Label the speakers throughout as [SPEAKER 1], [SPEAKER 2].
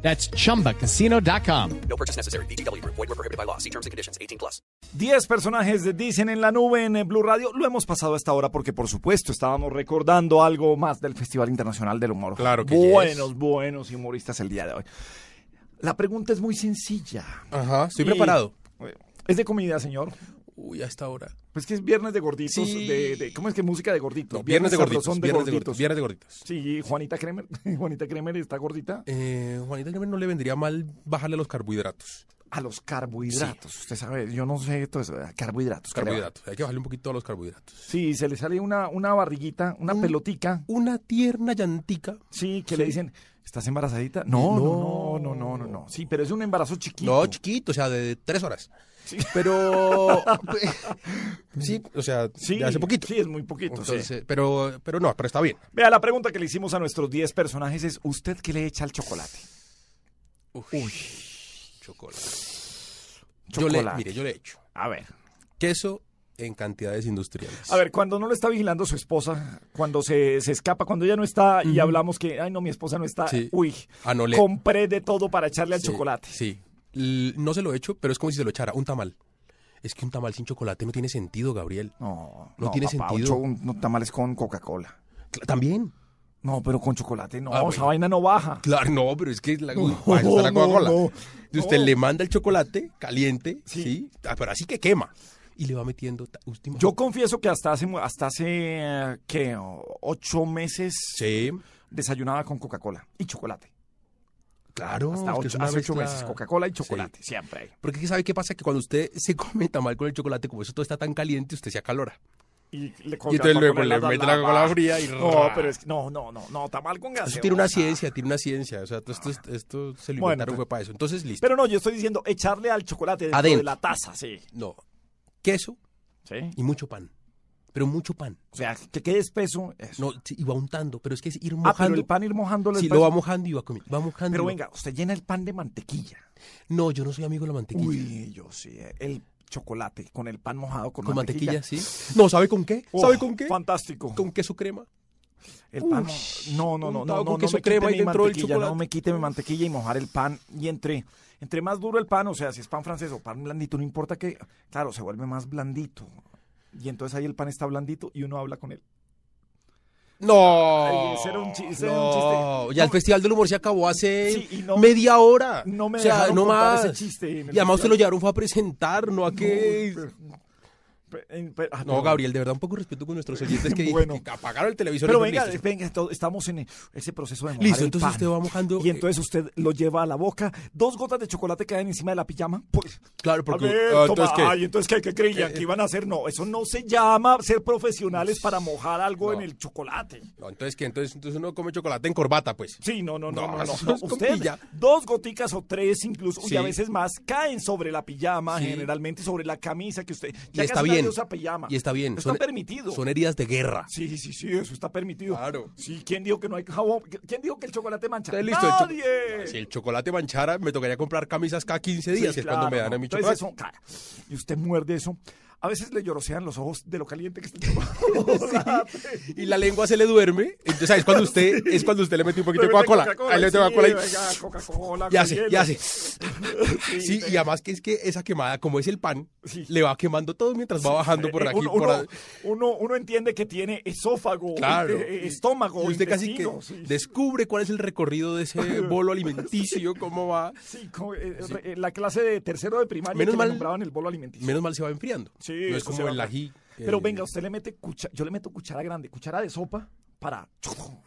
[SPEAKER 1] That's chumbacasino.com.
[SPEAKER 2] No purchase necessary. BGW. Void were prohibited by law. See terms and conditions. 18 plus.
[SPEAKER 3] 10 personajes de Dicen en la Nube en eh, Blue Radio. Lo hemos pasado hasta ahora porque, por supuesto, estábamos recordando algo más del Festival Internacional del Humor.
[SPEAKER 4] Claro que
[SPEAKER 3] Buenos, buenos humoristas el día de hoy. La pregunta es muy sencilla.
[SPEAKER 4] Ajá, estoy
[SPEAKER 3] Y-
[SPEAKER 4] preparado.
[SPEAKER 3] ¿Es de comida, señor?
[SPEAKER 4] Uy, hasta ahora.
[SPEAKER 3] Pues que es viernes de gorditos.
[SPEAKER 4] Sí.
[SPEAKER 3] De, de- ¿Cómo es que música de gorditos?
[SPEAKER 4] No, viernes de gorditos.
[SPEAKER 3] sabrosón
[SPEAKER 4] viernes de gorditos. Viernes de gorditos.
[SPEAKER 3] Sí, Juanita Kremer. Juanita Kremer está gordita.
[SPEAKER 4] Eh, Juanita Kremer no le vendría mal bajarle los carbohidratos.
[SPEAKER 3] A los carbohidratos. Usted sabe, yo no sé, todo eso, carbohidratos. creo.
[SPEAKER 4] Carbohidratos. Hay que bajarle un poquito a los carbohidratos.
[SPEAKER 3] Sí, se le sale una, una barriguita, una pelotica.
[SPEAKER 4] Una tierna llantica.
[SPEAKER 3] Sí, que le dicen, ¿estás embarazadita? No, no, no, no, no, no, no. Sí, pero es un embarazo chiquito.
[SPEAKER 4] No, chiquito, o sea, de tres horas. Pero. sí, o sea,
[SPEAKER 3] sí,
[SPEAKER 4] de hace poquito.
[SPEAKER 3] Sí, es muy poquito. sí.
[SPEAKER 4] Entonces, eh, pero, pero no, pero está bien.
[SPEAKER 3] Vea, la pregunta que le hicimos a nuestros 10 personajes es, ¿usted qué le echa al chocolate?
[SPEAKER 4] Chocolate. Yo
[SPEAKER 3] Chocolate.
[SPEAKER 4] le, mire, yo le echo
[SPEAKER 3] A ver.
[SPEAKER 4] queso en cantidades industriales.
[SPEAKER 3] A ver, cuando no lo está vigilando su esposa, cuando se, se escapa, cuando ella no está y hablamos que, ay, no, mi esposa no está,
[SPEAKER 4] Sí.
[SPEAKER 3] uy,
[SPEAKER 4] Ah, no le-
[SPEAKER 3] compré de todo para echarle al
[SPEAKER 4] Sí,
[SPEAKER 3] chocolate.
[SPEAKER 4] Eh, Sí. L- no se lo he hecho, pero es como si se lo echara un tamal. Es que un tamal sin chocolate no tiene sentido, Gabriel.
[SPEAKER 3] No,
[SPEAKER 4] No tiene
[SPEAKER 3] papá,
[SPEAKER 4] sentido.
[SPEAKER 3] ocho, un- no, tamales con Coca-Cola.
[SPEAKER 4] Cla- También.
[SPEAKER 3] No, pero con chocolate no,
[SPEAKER 4] Ah,
[SPEAKER 3] esa
[SPEAKER 4] bueno.
[SPEAKER 3] vaina no baja.
[SPEAKER 4] Claro, no, pero es que la, uy, para eso está la
[SPEAKER 3] no,
[SPEAKER 4] Coca-Cola.
[SPEAKER 3] no,
[SPEAKER 4] Y usted
[SPEAKER 3] no.
[SPEAKER 4] le manda el chocolate caliente,
[SPEAKER 3] Sí.
[SPEAKER 4] sí. Ah, pero así que quema. Y le va metiendo. ta- usted imagina-
[SPEAKER 3] Yo confieso que hasta hace, mu- hasta hace eh, ¿qué? O- ocho meses
[SPEAKER 4] Sí,
[SPEAKER 3] desayunaba con Coca-Cola y chocolate.
[SPEAKER 4] claro.
[SPEAKER 3] Hasta
[SPEAKER 4] es que
[SPEAKER 3] ocho,
[SPEAKER 4] es una
[SPEAKER 3] hace ocho
[SPEAKER 4] mezcla-
[SPEAKER 3] meses, Coca-Cola y chocolate, siempre.
[SPEAKER 4] Porque ¿sabe qué pasa? Que cuando usted se come tamal con el chocolate, como eso todo está tan caliente, usted se acalora.
[SPEAKER 3] Y, le
[SPEAKER 4] Y entonces luego le mete la Coca-Cola fría y...
[SPEAKER 3] No, pero es que, no, no, no, no, tamal con gaseosa.
[SPEAKER 4] Eso tiene una ciencia, tiene una ciencia. O sea, todo esto, esto, se lo
[SPEAKER 3] Bueno,
[SPEAKER 4] inventaron
[SPEAKER 3] pero-
[SPEAKER 4] fue para eso. Entonces, listo.
[SPEAKER 3] Pero no, yo estoy diciendo echarle al chocolate dentro de
[SPEAKER 4] Adentro.
[SPEAKER 3] la taza, sí.
[SPEAKER 4] No. Queso
[SPEAKER 3] ¿Sí?
[SPEAKER 4] y mucho pan. Pero mucho pan.
[SPEAKER 3] O sea, que quede espeso. eso.
[SPEAKER 4] No, sí, y va untando. Pero es que es ir
[SPEAKER 3] ah, pero
[SPEAKER 4] mojando.
[SPEAKER 3] el pan ir mojándolo. el
[SPEAKER 4] sí,
[SPEAKER 3] pan-
[SPEAKER 4] lo va mojando y va comiendo. Va mojando.
[SPEAKER 3] Pero
[SPEAKER 4] y va-
[SPEAKER 3] venga, usted llena el pan de mantequilla.
[SPEAKER 4] No, yo no soy amigo de la mantequilla.
[SPEAKER 3] Uy, yo sí, eh, el chocolate con el pan mojado con,
[SPEAKER 4] con mantequilla, sí. No, ¿sabe con qué?
[SPEAKER 3] Oh,
[SPEAKER 4] ¿Sabe con qué?
[SPEAKER 3] Fantástico.
[SPEAKER 4] Con queso crema.
[SPEAKER 3] El pan.
[SPEAKER 4] Ush,
[SPEAKER 3] no, no, no, no,
[SPEAKER 4] untado
[SPEAKER 3] no,
[SPEAKER 4] con
[SPEAKER 3] no
[SPEAKER 4] queso
[SPEAKER 3] me quite
[SPEAKER 4] crema y
[SPEAKER 3] mi
[SPEAKER 4] dentro del
[SPEAKER 3] mantequilla, no
[SPEAKER 4] chocolate.
[SPEAKER 3] me quite mi mantequilla y mojar el pan y entre entre más duro el pan, o sea, si es pan francés o pan blandito, no importa que, claro, se vuelve más blandito. Y entonces ahí el pan está blandito y uno habla con él.
[SPEAKER 4] No.
[SPEAKER 3] Ay, ese era un chi- ese
[SPEAKER 4] no.
[SPEAKER 3] era un chiste.
[SPEAKER 4] Ya
[SPEAKER 3] No.
[SPEAKER 4] el Festival del Humor se acabó hace
[SPEAKER 3] Sí, y no-
[SPEAKER 4] media hora.
[SPEAKER 3] No me
[SPEAKER 4] o sea,
[SPEAKER 3] dejaron
[SPEAKER 4] no
[SPEAKER 3] contar
[SPEAKER 4] más.
[SPEAKER 3] ese chiste en el
[SPEAKER 4] y además usted
[SPEAKER 3] festival.
[SPEAKER 4] lo llevaron fue a presentar, no a que...
[SPEAKER 3] pero- Pe- en- pe- ah,
[SPEAKER 4] No,
[SPEAKER 3] perdón.
[SPEAKER 4] Gabriel, de verdad, un poco de respeto con nuestros oyentes que,
[SPEAKER 3] Bueno.
[SPEAKER 4] que apagaron el televisor. y
[SPEAKER 3] Pero
[SPEAKER 4] fue,
[SPEAKER 3] venga,
[SPEAKER 4] "Listo".
[SPEAKER 3] venga, to- estamos en eh, ese proceso de mojar
[SPEAKER 4] Listo,
[SPEAKER 3] el
[SPEAKER 4] entonces
[SPEAKER 3] pan.
[SPEAKER 4] usted va mojando,
[SPEAKER 3] Y
[SPEAKER 4] eh,
[SPEAKER 3] entonces usted lo lleva a la boca. Dos gotas de chocolate caen encima de la pijama. Pues,
[SPEAKER 4] Claro, porque...
[SPEAKER 3] a ver,
[SPEAKER 4] ah,
[SPEAKER 3] toma,
[SPEAKER 4] entonces, ¿qué? Eh,
[SPEAKER 3] ay, entonces ¿qué, qué creían que iban a hacer? No, eso no se llama ser profesionales para mojar algo en
[SPEAKER 4] Pues, No.
[SPEAKER 3] el chocolate.
[SPEAKER 4] No, entonces, ¿qué? Entonces, entonces uno come chocolate en corbata, pues.
[SPEAKER 3] Sí, no, no, no, no,
[SPEAKER 4] No,
[SPEAKER 3] no.
[SPEAKER 4] eso
[SPEAKER 3] no.
[SPEAKER 4] es con
[SPEAKER 3] Usted,
[SPEAKER 4] pilla.
[SPEAKER 3] dos goticas o tres incluso, y
[SPEAKER 4] Sí.
[SPEAKER 3] a veces más, caen sobre la pijama,
[SPEAKER 4] Sí.
[SPEAKER 3] generalmente sobre la camisa que usted...
[SPEAKER 4] Y
[SPEAKER 3] Ya
[SPEAKER 4] está
[SPEAKER 3] casi nadie
[SPEAKER 4] bien.
[SPEAKER 3] usa pijama.
[SPEAKER 4] Y está bien.
[SPEAKER 3] Está
[SPEAKER 4] son- e-
[SPEAKER 3] permitido.
[SPEAKER 4] Son heridas de guerra.
[SPEAKER 3] Sí, sí, sí, eso está permitido.
[SPEAKER 4] Claro.
[SPEAKER 3] Sí, ¿quién dijo que no hay jabón? ¿Quién dijo que el chocolate mancha?
[SPEAKER 4] Entonces, listo, el cho-
[SPEAKER 3] ¡Nadie!
[SPEAKER 4] si el chocolate manchara, me tocaría comprar camisas cada 15 días,
[SPEAKER 3] Sí,
[SPEAKER 4] que es cuando
[SPEAKER 3] claro,
[SPEAKER 4] me dan
[SPEAKER 3] ¿no?
[SPEAKER 4] a mi
[SPEAKER 3] Entonces
[SPEAKER 4] chocolate.
[SPEAKER 3] eso, claro. Y usted muerde eso. A veces le llorosean los ojos de lo caliente que está el chocolate.
[SPEAKER 4] Y la lengua se le duerme. Entonces, ¿sabes? Cuando usted, Es cuando usted le mete un poquito de
[SPEAKER 3] Bebete
[SPEAKER 4] Coca-Cola. Ahí le mete
[SPEAKER 3] sí,
[SPEAKER 4] Coca-Cola
[SPEAKER 3] venga, Coca-Cola,
[SPEAKER 4] y... Ya
[SPEAKER 3] con
[SPEAKER 4] hace,
[SPEAKER 3] hielo.
[SPEAKER 4] ya hace.
[SPEAKER 3] Sí,
[SPEAKER 4] Sí, y además que es que esa quemada, como es el pan,
[SPEAKER 3] Sí.
[SPEAKER 4] le va quemando todo mientras va bajando por
[SPEAKER 3] Eh,
[SPEAKER 4] aquí.
[SPEAKER 3] uno,
[SPEAKER 4] por
[SPEAKER 3] uno,
[SPEAKER 4] ahí.
[SPEAKER 3] uno- uno entiende que tiene esófago,
[SPEAKER 4] Claro.
[SPEAKER 3] eh, estómago,
[SPEAKER 4] Y usted casi que
[SPEAKER 3] intestino, sí.
[SPEAKER 4] descubre cuál es el recorrido de ese bolo alimenticio, cómo va.
[SPEAKER 3] Sí, como, eh, re- eh, la clase de tercero de primaria
[SPEAKER 4] Menos
[SPEAKER 3] que le
[SPEAKER 4] mal-
[SPEAKER 3] nombraban el bolo alimenticio.
[SPEAKER 4] Menos mal se va enfriando.
[SPEAKER 3] Sí,
[SPEAKER 4] no es
[SPEAKER 3] eso se
[SPEAKER 4] como
[SPEAKER 3] va
[SPEAKER 4] el
[SPEAKER 3] a-
[SPEAKER 4] ají. que-
[SPEAKER 3] Pero venga, usted le mete cuchara, yo le meto cuchara grande, cuchara de sopa para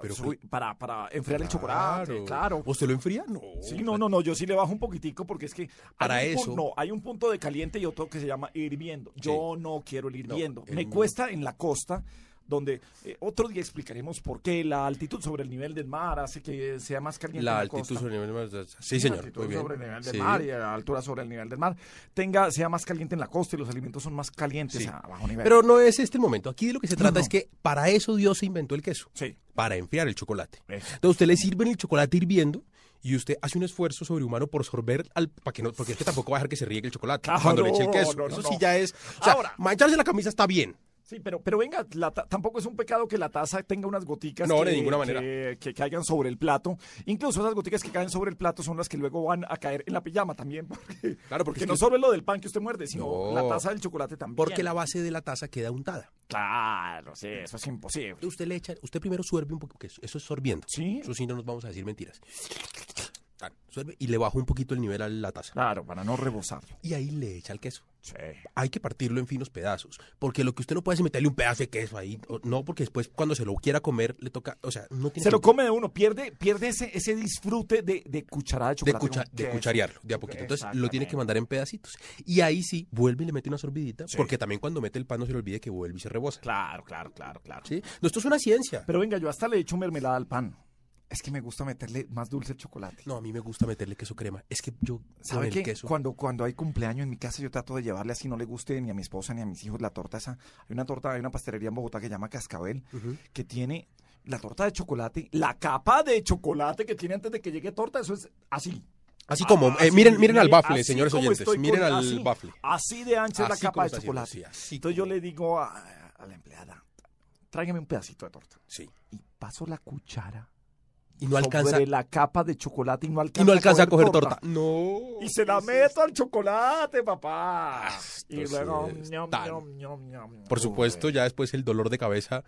[SPEAKER 4] Pero
[SPEAKER 3] Uy, para para enfriar el chocolate,
[SPEAKER 4] Claro.
[SPEAKER 3] claro.
[SPEAKER 4] ¿Usted lo enfría? No.
[SPEAKER 3] Sí, no, no, no, yo sí le bajo un poquitico porque es que hay
[SPEAKER 4] Para
[SPEAKER 3] un pu-
[SPEAKER 4] eso.
[SPEAKER 3] no, hay un punto de caliente y otro que se llama hirviendo. Yo no quiero el hirviendo.
[SPEAKER 4] el
[SPEAKER 3] Me
[SPEAKER 4] mío.
[SPEAKER 3] cuesta en la costa donde eh, otro día explicaremos por qué la altitud sobre el nivel del mar hace que sea más caliente
[SPEAKER 4] La
[SPEAKER 3] la
[SPEAKER 4] altitud
[SPEAKER 3] costa.
[SPEAKER 4] sobre el nivel del mar. Sí, señor.
[SPEAKER 3] altitud
[SPEAKER 4] Muy bien.
[SPEAKER 3] sobre el nivel del
[SPEAKER 4] Sí.
[SPEAKER 3] mar y a la altura sobre el nivel del mar tenga sea más caliente en la costa y los alimentos son más calientes
[SPEAKER 4] Sí.
[SPEAKER 3] a bajo nivel.
[SPEAKER 4] Pero no es este el momento. Aquí de lo que se trata
[SPEAKER 3] no.
[SPEAKER 4] es que para eso Dios se inventó el queso.
[SPEAKER 3] Sí.
[SPEAKER 4] Para enfriar el chocolate.
[SPEAKER 3] Exacto.
[SPEAKER 4] Entonces usted le sirven el chocolate hirviendo y usted hace un esfuerzo sobrehumano por sorber al para que no porque es que tampoco va a dejar que se riegue el chocolate
[SPEAKER 3] Claro,
[SPEAKER 4] cuando le eche el
[SPEAKER 3] no,
[SPEAKER 4] queso.
[SPEAKER 3] no, no,
[SPEAKER 4] eso
[SPEAKER 3] no.
[SPEAKER 4] sí ya es. o sea,
[SPEAKER 3] Ahora.
[SPEAKER 4] mancharse la camisa está bien.
[SPEAKER 3] Sí, pero, pero venga, la ta- tampoco es un pecado que la taza tenga unas goticas
[SPEAKER 4] No,
[SPEAKER 3] que,
[SPEAKER 4] de ninguna manera.
[SPEAKER 3] Que, que caigan sobre el plato. Incluso esas goticas que caen sobre el plato son las que luego van a caer en la pijama también. Porque,
[SPEAKER 4] Claro, porque
[SPEAKER 3] porque
[SPEAKER 4] es
[SPEAKER 3] no
[SPEAKER 4] que-
[SPEAKER 3] solo es lo del pan que usted muerde, sino
[SPEAKER 4] No.
[SPEAKER 3] la taza del chocolate también.
[SPEAKER 4] Porque la base de la taza queda untada.
[SPEAKER 3] Claro, sí, eso es imposible.
[SPEAKER 4] Usted le echa, usted primero suerbe un poco, que eso, eso es sorbiendo.
[SPEAKER 3] Sí.
[SPEAKER 4] Eso sí no nos vamos a decir mentiras. Tan, suerbe y le baja un poquito el nivel a la taza.
[SPEAKER 3] Claro, para no rebosarlo.
[SPEAKER 4] Y ahí le echa el queso.
[SPEAKER 3] Sí.
[SPEAKER 4] hay que partirlo en finos pedazos, porque lo que usted no puede es meterle un pedazo de queso ahí, o- no, porque después cuando se lo quiera comer le toca, o sea, no tiene
[SPEAKER 3] Se lo
[SPEAKER 4] sentido.
[SPEAKER 3] come de uno, pierde, pierde ese, ese disfrute de, de cucharada de
[SPEAKER 4] de,
[SPEAKER 3] chocolate.
[SPEAKER 4] cucha-
[SPEAKER 3] con
[SPEAKER 4] de
[SPEAKER 3] queso.
[SPEAKER 4] cucharearlo de a poquito. Entonces lo tiene
[SPEAKER 3] Exactamente.
[SPEAKER 4] que mandar en pedacitos. Y ahí sí, vuelve y le mete una sorbidita, porque también cuando mete el pan no se le olvide que vuelve y se rebosa.
[SPEAKER 3] Claro, claro, claro, claro.
[SPEAKER 4] ¿sí? No, esto es una ciencia.
[SPEAKER 3] Pero venga, yo hasta le echo mermelada al pan. Es que me gusta meterle más dulce al chocolate.
[SPEAKER 4] No, a mí me gusta meterle queso crema. Es que yo con
[SPEAKER 3] ¿Sabe
[SPEAKER 4] el
[SPEAKER 3] qué?
[SPEAKER 4] queso.
[SPEAKER 3] Cuando, cuando hay cumpleaños en mi casa, yo trato de llevarle así, no le guste ni a mi esposa ni a mis hijos la torta esa. Hay una torta, hay una pastelería en Bogotá que se llama Cascabel, que tiene la torta de chocolate, la capa de chocolate que tiene antes de que llegue torta, eso es así.
[SPEAKER 4] Así como,
[SPEAKER 3] Ah,
[SPEAKER 4] eh,
[SPEAKER 3] así,
[SPEAKER 4] miren, miren al
[SPEAKER 3] mire,
[SPEAKER 4] bafle,
[SPEAKER 3] así
[SPEAKER 4] señores
[SPEAKER 3] como
[SPEAKER 4] oyentes,
[SPEAKER 3] estoy
[SPEAKER 4] miren
[SPEAKER 3] con-
[SPEAKER 4] al
[SPEAKER 3] así,
[SPEAKER 4] bafle.
[SPEAKER 3] Así de ancha es la
[SPEAKER 4] Así
[SPEAKER 3] capa
[SPEAKER 4] como
[SPEAKER 3] de
[SPEAKER 4] está haciendo,
[SPEAKER 3] chocolate.
[SPEAKER 4] sí, así
[SPEAKER 3] Entonces yo
[SPEAKER 4] como-
[SPEAKER 3] le digo a, a la empleada, tráigame un pedacito de torta.
[SPEAKER 4] Sí.
[SPEAKER 3] Y paso la cuchara
[SPEAKER 4] Y no alcanza,
[SPEAKER 3] sobre la capa de chocolate y no alcanza,
[SPEAKER 4] y no alcanza a coger
[SPEAKER 3] torta.
[SPEAKER 4] torta. No.
[SPEAKER 3] Y se la meto al chocolate, papá.
[SPEAKER 4] Ah, esto
[SPEAKER 3] Y
[SPEAKER 4] sí
[SPEAKER 3] luego,
[SPEAKER 4] es
[SPEAKER 3] ñom,
[SPEAKER 4] tan-
[SPEAKER 3] ñom, ñom, ñom.
[SPEAKER 4] Por supuesto, ya después el dolor de cabeza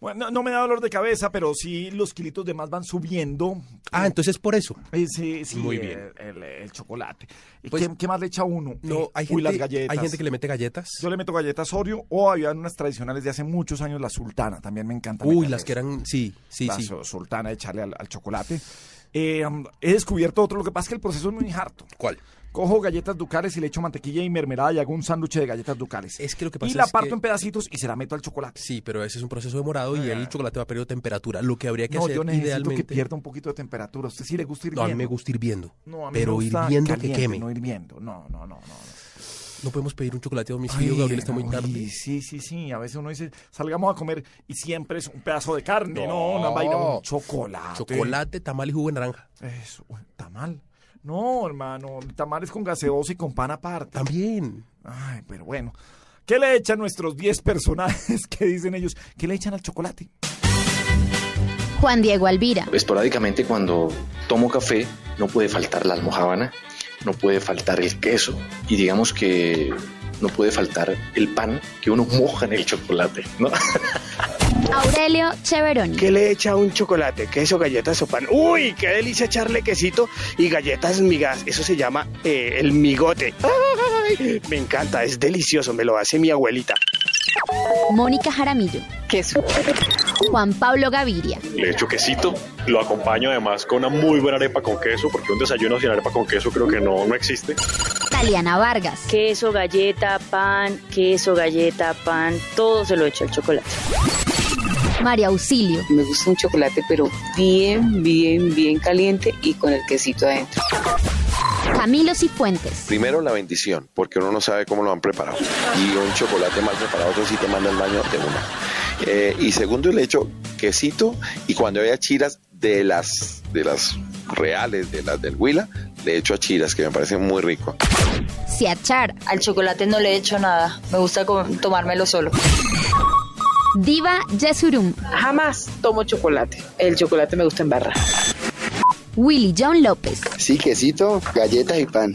[SPEAKER 3] Bueno, no, no me da dolor de cabeza, pero sí los kilitos de más van subiendo.
[SPEAKER 4] Ah, entonces por eso.
[SPEAKER 3] Ese, Eh, sí,
[SPEAKER 4] Muy
[SPEAKER 3] el-
[SPEAKER 4] bien.
[SPEAKER 3] El, el chocolate. ¿Y
[SPEAKER 4] Pues-
[SPEAKER 3] ¿Qué, qué más le echa uno?
[SPEAKER 4] No,
[SPEAKER 3] Eh,
[SPEAKER 4] hay
[SPEAKER 3] uy,
[SPEAKER 4] gente,
[SPEAKER 3] las galletas.
[SPEAKER 4] hay gente que le mete galletas.
[SPEAKER 3] Yo le meto galletas Oreo o había unas tradicionales de hace muchos años, la sultana. También me encanta.
[SPEAKER 4] Uy,
[SPEAKER 3] meterle
[SPEAKER 4] las que
[SPEAKER 3] eso.
[SPEAKER 4] eran, sí, sí,
[SPEAKER 3] la
[SPEAKER 4] sí.
[SPEAKER 3] su- sultana, echarle al, al chocolate. Eh, um, he descubierto otro. Lo que pasa es que el proceso es muy harto.
[SPEAKER 4] ¿Cuál?
[SPEAKER 3] Cojo galletas ducales y le echo mantequilla y mermelada y hago un sándwich de galletas ducales.
[SPEAKER 4] Es que lo que pasa
[SPEAKER 3] Y la
[SPEAKER 4] es
[SPEAKER 3] parto
[SPEAKER 4] que-
[SPEAKER 3] en pedacitos y se la meto al chocolate.
[SPEAKER 4] Sí, pero ese es un proceso demorado y el chocolate va perdiendo temperatura. Lo que habría que
[SPEAKER 3] No,
[SPEAKER 4] hacer
[SPEAKER 3] yo necesito
[SPEAKER 4] idealmente.
[SPEAKER 3] que pierda un poquito de temperatura. ¿A usted sí le gusta ir
[SPEAKER 4] no, a mí me gusta hirviendo.
[SPEAKER 3] No, a mí
[SPEAKER 4] pero
[SPEAKER 3] me gusta
[SPEAKER 4] hirviendo
[SPEAKER 3] caliente,
[SPEAKER 4] que queme.
[SPEAKER 3] No
[SPEAKER 4] No,
[SPEAKER 3] hirviendo. No, no, no, no. no.
[SPEAKER 4] podemos pedir un chocolate a domicilio,
[SPEAKER 3] Ay,
[SPEAKER 4] Gabriel, está muy
[SPEAKER 3] uy,
[SPEAKER 4] tarde.
[SPEAKER 3] Sí, sí, sí. A veces uno dice, salgamos a comer y siempre es un pedazo de carne. No,
[SPEAKER 4] No.
[SPEAKER 3] una vaina, un chocolate.
[SPEAKER 4] Chocolate, tamal y jugo de naranja.
[SPEAKER 3] Eso, uy, tamal. No, hermano, tamales con gaseosa y con pan aparte.
[SPEAKER 4] También.
[SPEAKER 3] Ay, pero bueno. ¿Qué le echan nuestros 10 personajes que dicen ellos? ¿Qué le echan al chocolate?
[SPEAKER 5] Juan Diego Alvira,
[SPEAKER 6] Esporádicamente cuando tomo café no puede faltar la almojábana, no puede faltar el queso y digamos que no puede faltar el pan que uno moja en el chocolate, ¿no?
[SPEAKER 5] Aurelio Cheveroni,
[SPEAKER 7] ¿Qué le echa a un chocolate? Queso, galletas o pan. ¡Uy! ¡Qué delicia echarle quesito y galletas migas! Eso se llama eh, el migote. ¡Ay! Me encanta, es delicioso, me lo hace mi abuelita.
[SPEAKER 5] Mónica Jaramillo,
[SPEAKER 8] queso,
[SPEAKER 5] Juan Pablo Gaviria,
[SPEAKER 9] Le echo quesito, lo acompaño además con una muy buena arepa con queso, porque un desayuno sin arepa con queso creo que no, no existe.
[SPEAKER 5] Taliana Vargas,
[SPEAKER 8] queso, galleta, pan, queso, galleta, pan, todo se lo echo al chocolate.
[SPEAKER 5] María Auxilio,
[SPEAKER 10] Me gusta un chocolate, pero bien, bien, bien caliente y con el quesito adentro.
[SPEAKER 5] Camilo Cifuentes,
[SPEAKER 6] Primero la bendición, porque uno no sabe cómo lo han preparado. Y un chocolate mal preparado, eso sí te manda al baño de una. Eh, y segundo le echo quesito y cuando haya chiras de las, de las reales, de las del Huila, le echo a chiras, que me parece muy rico.
[SPEAKER 5] Siachar,
[SPEAKER 10] Al chocolate no le echo nada, me gusta tomármelo solo.
[SPEAKER 5] Diva Yesurum,
[SPEAKER 10] Jamás tomo chocolate, el chocolate me gusta en barra.
[SPEAKER 5] Willy John López,
[SPEAKER 6] Sí, quesito, galletas y pan.